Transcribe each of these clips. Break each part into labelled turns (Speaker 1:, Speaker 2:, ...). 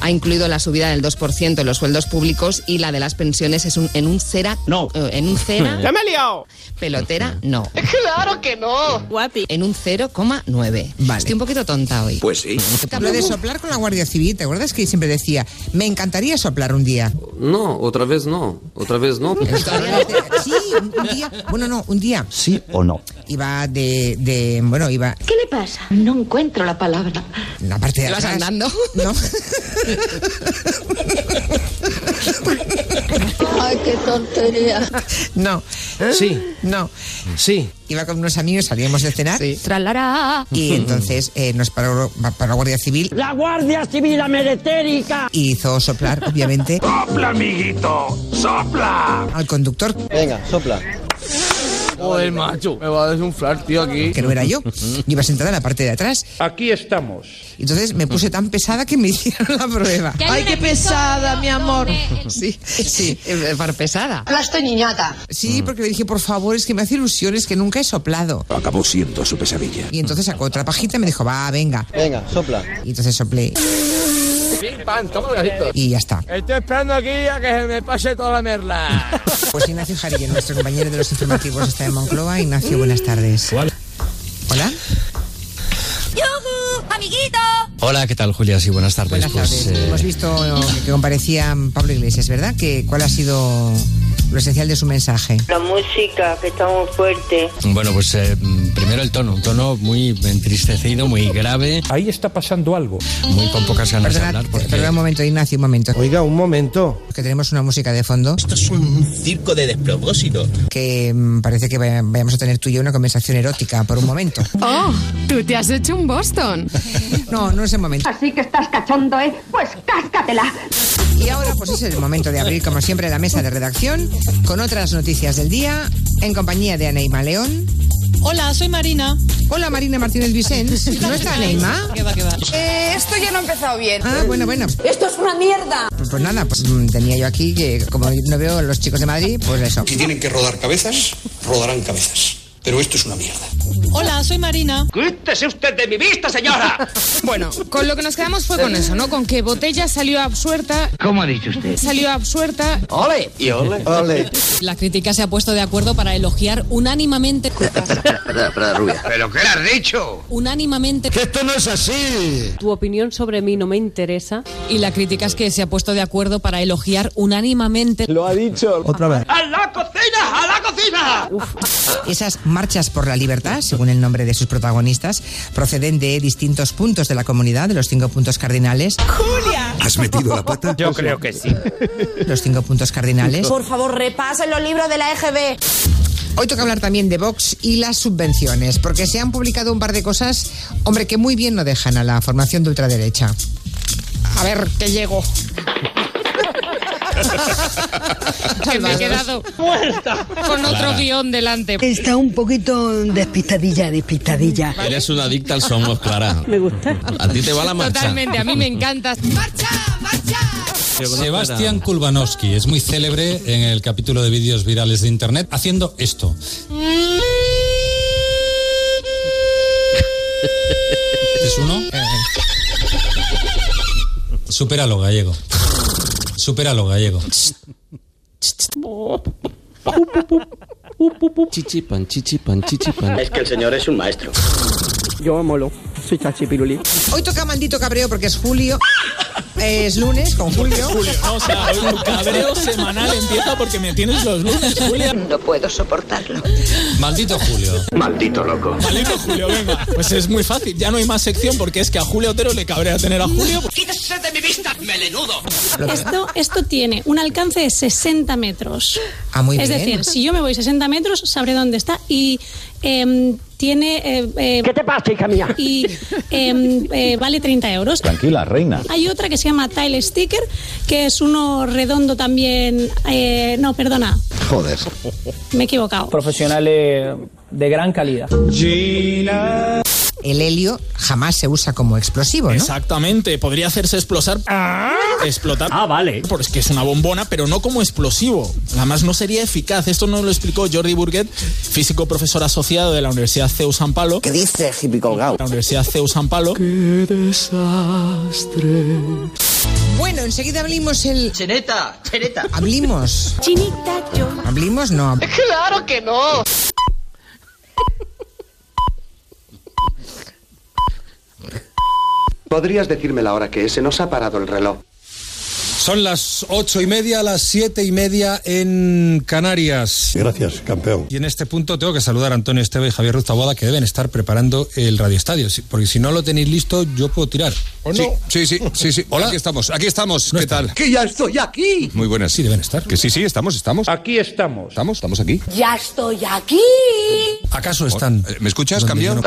Speaker 1: ha incluido la subida del 2% en los sueldos públicos y la de las pensiones es un, en un cera.
Speaker 2: No.
Speaker 1: eh, en un cera.
Speaker 2: ¡Ya me he liado!
Speaker 1: Pelotera, no.
Speaker 3: ¡Claro que no!
Speaker 4: Guapi.
Speaker 1: En un 0,9.
Speaker 5: Vale.
Speaker 1: Estoy un poquito tonta hoy.
Speaker 6: Pues sí.
Speaker 5: Habló de soplar con la Guardia Civil, ¿te acuerdas que siempre decía, me encantaría soplar un día?
Speaker 6: No, otra vez no. Otra vez no.
Speaker 5: Sí, un día, bueno, no, un día.
Speaker 2: ¿Sí o no?
Speaker 5: Iba de, de- bueno, iba
Speaker 3: ¿Qué le pasa? No encuentro la palabra.
Speaker 5: en la parte de
Speaker 1: ¿Ibas
Speaker 5: atrás.
Speaker 1: andando?
Speaker 5: No,
Speaker 3: ¡Ay, qué tontería!
Speaker 5: no,
Speaker 7: Sí,
Speaker 5: no.
Speaker 7: sí.
Speaker 5: Iba con unos amigos, salíamos de cenar
Speaker 1: Sí.
Speaker 4: Tralará.
Speaker 5: y entonces eh, nos paró, paró la Guardia Civil. ¡La Guardia Civil Ameritérica! Y hizo soplar, obviamente,
Speaker 8: ¡Sopla, amiguito! ¡Sopla!
Speaker 5: al conductor,
Speaker 9: Venga, sopla.
Speaker 7: Joder, macho, me va a desunflar, tío, aquí.
Speaker 5: que no era yo. Yo iba sentada en la parte de atrás.
Speaker 8: Aquí estamos.
Speaker 5: Entonces me puse tan pesada que me hicieron la prueba.
Speaker 4: ¡Ay, qué pesada, mi amor!
Speaker 1: Sí, sí, eh, para pesada.
Speaker 3: Plasto niñata.
Speaker 5: Sí, porque le dije, por favor, es que me hace ilusiones que nunca he soplado.
Speaker 8: Acabó siendo su pesadilla.
Speaker 5: Y entonces sacó otra pajita y me dijo, va, venga.
Speaker 9: Venga, sopla.
Speaker 5: Y entonces soplé
Speaker 7: Pim, pam, toma un gajito.
Speaker 5: y ya está.
Speaker 7: Estoy esperando aquí a que se me pase toda la merla.
Speaker 5: Pues Ignacio Jarilla, nuestro compañero de los informativos, está en Moncloa. Ignacio, buenas tardes. Hola.
Speaker 10: Pues,
Speaker 4: ¡Yujú! ¡Amiguito!
Speaker 10: Hola, ¿qué tal, Julia? Sí, buenas tardes.
Speaker 5: Buenas
Speaker 10: Pues,
Speaker 5: tardes.
Speaker 10: eh,
Speaker 5: Hemos visto que comparecía Pablo Iglesias, ¿verdad? Que, ¿Cuál ha sido lo esencial de su mensaje?
Speaker 3: La música, que está muy fuerte.
Speaker 10: Bueno, pues eh, mm, primero el tono, un tono muy entristecido, muy grave,
Speaker 8: Ahí está pasando algo.
Speaker 10: muy con pocas ganas de
Speaker 5: Perdona,
Speaker 10: hablar porque...
Speaker 5: perdona un momento, Ignacio, un momento.
Speaker 7: Oiga, un momento.
Speaker 5: Que tenemos una música de fondo
Speaker 9: Esto es un circo de despropósito.
Speaker 5: que mm, parece que vaya- vayamos a tener tú y yo una conversación erótica por un momento.
Speaker 1: Oh, tú te has hecho un Boston.
Speaker 5: No, no es el momento.
Speaker 3: Así que estás cachondo, ¿eh? Pues cáscatela.
Speaker 5: Y ahora pues es el momento de abrir como siempre la mesa de redacción con otras noticias del día en compañía de Aneima León.
Speaker 4: Hola, soy Marina.
Speaker 5: Hola Marina Martínez Vicens. ¿No está Aneima?
Speaker 4: va, qué va?
Speaker 3: Eh, esto ya no ha empezado bien.
Speaker 5: Ah, bueno, bueno.
Speaker 3: ¡Esto es una mierda!
Speaker 5: Pues, pues nada, pues mm, tenía yo aquí que como no veo a los chicos de Madrid, pues eso.
Speaker 9: Si tienen que rodar cabezas, rodarán cabezas. Pero esto es una mierda.
Speaker 4: Hola, soy Marina.
Speaker 8: ¡Quítese usted de mi vista, señora!
Speaker 1: Bueno, con lo que nos quedamos fue con eso, ¿no? Con que Botella salió absuelta.
Speaker 8: ¿Cómo ha dicho usted?
Speaker 1: Salió absuelta.
Speaker 8: ¡Ole! Y ole.
Speaker 4: La crítica se ha puesto de acuerdo para elogiar unánimamente,
Speaker 8: ¿Pero qué le has dicho?
Speaker 4: unánimamente.
Speaker 7: ¡Que esto no es así!
Speaker 4: Tu opinión sobre mí no me interesa. Y la crítica es que se ha puesto de acuerdo para elogiar unánimamente.
Speaker 8: ¡A la cocina! ¡A la cocina!
Speaker 5: Esas marchas por la libertad, según el nombre de sus protagonistas, proceden de distintos puntos de la comunidad, de los cinco puntos cardinales.
Speaker 6: ¿Has metido la pata?
Speaker 7: Yo creo que sí.
Speaker 5: Los cinco puntos cardinales.
Speaker 3: Por favor, repasen los libros de la E EGB.
Speaker 5: Hoy toca hablar también de Vox y las subvenciones, porque se han publicado un par de cosas, hombre, que muy bien no dejan a la formación de ultraderecha. A ver, que llego.
Speaker 1: Que me he quedado con otro guión delante.
Speaker 3: Está un poquito despistadilla, despistadilla.
Speaker 10: Eres una adicta al somos, Clara. Me gusta. A ti te va la marcha.
Speaker 1: Totalmente, a mí me encanta. ¡Marcha! ¡Marcha!
Speaker 10: Sebastián Kulbanowski es muy célebre en el capítulo de vídeos virales de Internet haciendo esto. ¿Es uno? Supéralo, gallego. Supéralo, gallego.
Speaker 9: Chichipan, chichipan, chichipan.
Speaker 7: Es que el señor es un maestro.
Speaker 5: Hoy toca maldito cabreo porque es julio. Es lunes con Julio.
Speaker 7: o sea, un cabreo semanal empieza porque me tienes los lunes, Julia.
Speaker 3: No puedo soportarlo.
Speaker 10: Maldito Julio.
Speaker 8: Maldito loco.
Speaker 7: Maldito Julio, venga. Pues es muy fácil, ya no hay más sección porque es que a Julio Otero le cabrea tener a Julio.
Speaker 8: ¡Quítese de mi vista, melenudo!
Speaker 4: Esto, esto tiene un alcance de 60 metros.
Speaker 5: Ah, muy
Speaker 4: es
Speaker 5: bien.
Speaker 4: decir, si yo me voy 60 metros, sabré dónde está y em, tiene... ¿Qué te pasa, hija mía? Y em, eh, vale 30 euros.
Speaker 2: Tranquila, reina.
Speaker 4: Hay otra que se llama Tile Sticker, que es uno redondo también... eh, no, perdona,
Speaker 9: Joder.
Speaker 4: me he equivocado.
Speaker 7: Profesionales de gran calidad.
Speaker 5: el helio jamás se usa como explosivo, ¿no?
Speaker 7: Exactamente, podría hacerse explosar. Explotar. Ah, vale. Porque es una bombona, pero no como explosivo. Además, no sería eficaz. Esto nos lo explicó Jordi Burguet, físico profesor asociado de la Universidad CEU San Palo.
Speaker 2: ¿Qué dice, hippie colgado?
Speaker 7: La Universidad CEU San Palo.
Speaker 8: ¡Qué desastre!
Speaker 5: Bueno, enseguida abrimos el.
Speaker 8: ¡Cheneta! ¡Cheneta!
Speaker 5: Hablimos.
Speaker 4: Chinita yo.
Speaker 5: Hablimos, no.
Speaker 8: ¡Claro que no!
Speaker 11: ¿Podrías decirme la hora que es? Se nos ha parado el reloj.
Speaker 10: Son las ocho y media, las siete y media en Canarias.
Speaker 12: Gracias, campeón.
Speaker 10: Y en este punto tengo que saludar a Antonio Esteve y Javier Ruiz Taboada que deben estar preparando el Radio Estadio, si- porque si no lo tenéis listo yo puedo tirar. ¿O
Speaker 12: no?
Speaker 10: Sí, sí, sí, sí. Hola. Aquí estamos, aquí estamos. ¿Qué tal?
Speaker 12: ¡Que ya estoy aquí!
Speaker 10: Muy buenas. Sí, deben estar. Que sí, sí, estamos, estamos. Aquí estamos. Estamos, estamos aquí.
Speaker 13: Ya estoy aquí.
Speaker 10: ¿Acaso están? Eh, ¿Me escuchas? ¿Cambio?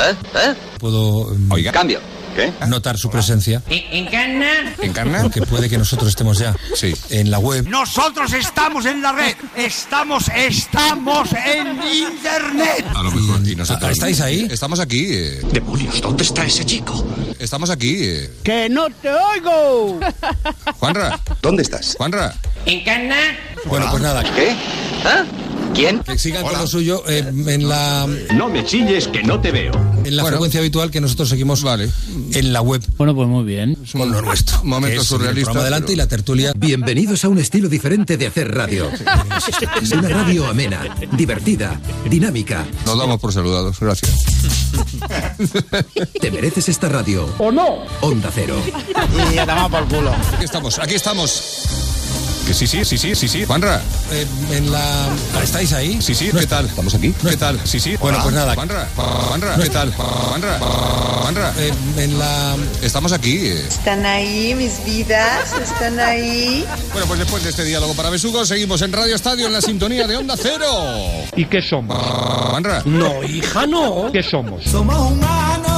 Speaker 10: Puedo... Oiga. Cambio. ¿Qué? Notar su presencia.
Speaker 14: ¿Encarna?
Speaker 10: ¿Encarna? Porque puede que nosotros estemos ya sí. en la web.
Speaker 14: Nosotros estamos en la red. Estamos, estamos en internet.
Speaker 10: A lo mejor. Y nosotros, ¿Estáis ahí? Estamos aquí. Demonios, ¿dónde está ese chico? Estamos aquí. eh.
Speaker 14: ¡Que no te oigo!
Speaker 10: Juanra. ¿Dónde estás? Juanra.
Speaker 14: ¿Encarna?
Speaker 10: Bueno, pues nada. ¿Qué? ¿Ah? ¿Quién? Que sigan con lo suyo eh, en la... No me chilles que no te veo. En la frecuencia habitual que nosotros seguimos vale. en la web. Bueno, pues muy bien. Con lo nuestro.
Speaker 12: Momento
Speaker 10: que es
Speaker 12: surrealista,
Speaker 10: El programa adelante
Speaker 12: pero-
Speaker 10: y la tertulia.
Speaker 15: Bienvenidos a un estilo diferente de hacer radio. Es una radio amena, divertida, dinámica.
Speaker 10: Nos damos por saludados, gracias.
Speaker 15: Te mereces esta radio.
Speaker 14: ¿O no?
Speaker 15: Onda Cero.
Speaker 14: Y ya damos por culo.
Speaker 10: Aquí estamos, aquí estamos. Que sí, sí, sí, sí, sí, sí. Juanra. Eh, en la... ¿Estáis ahí? Sí, sí, ¿qué tal? ¿Estamos aquí? ¿Qué tal? Sí, sí. Bueno,
Speaker 12: Hola.
Speaker 10: pues nada.
Speaker 12: Juanra,
Speaker 10: Juanra, ¿qué tal? Juanra, Juanra. Eh, en la... Estamos aquí. eh.
Speaker 16: ¿Están ahí mis vidas? ¿Están ahí?
Speaker 10: Bueno, pues después de este diálogo para Besugos, seguimos en Radio Estadio en la sintonía de Onda Cero.
Speaker 12: ¿Y qué somos?
Speaker 10: Juanra.
Speaker 12: No, hija, no. ¿Qué somos?
Speaker 14: Somos humanos.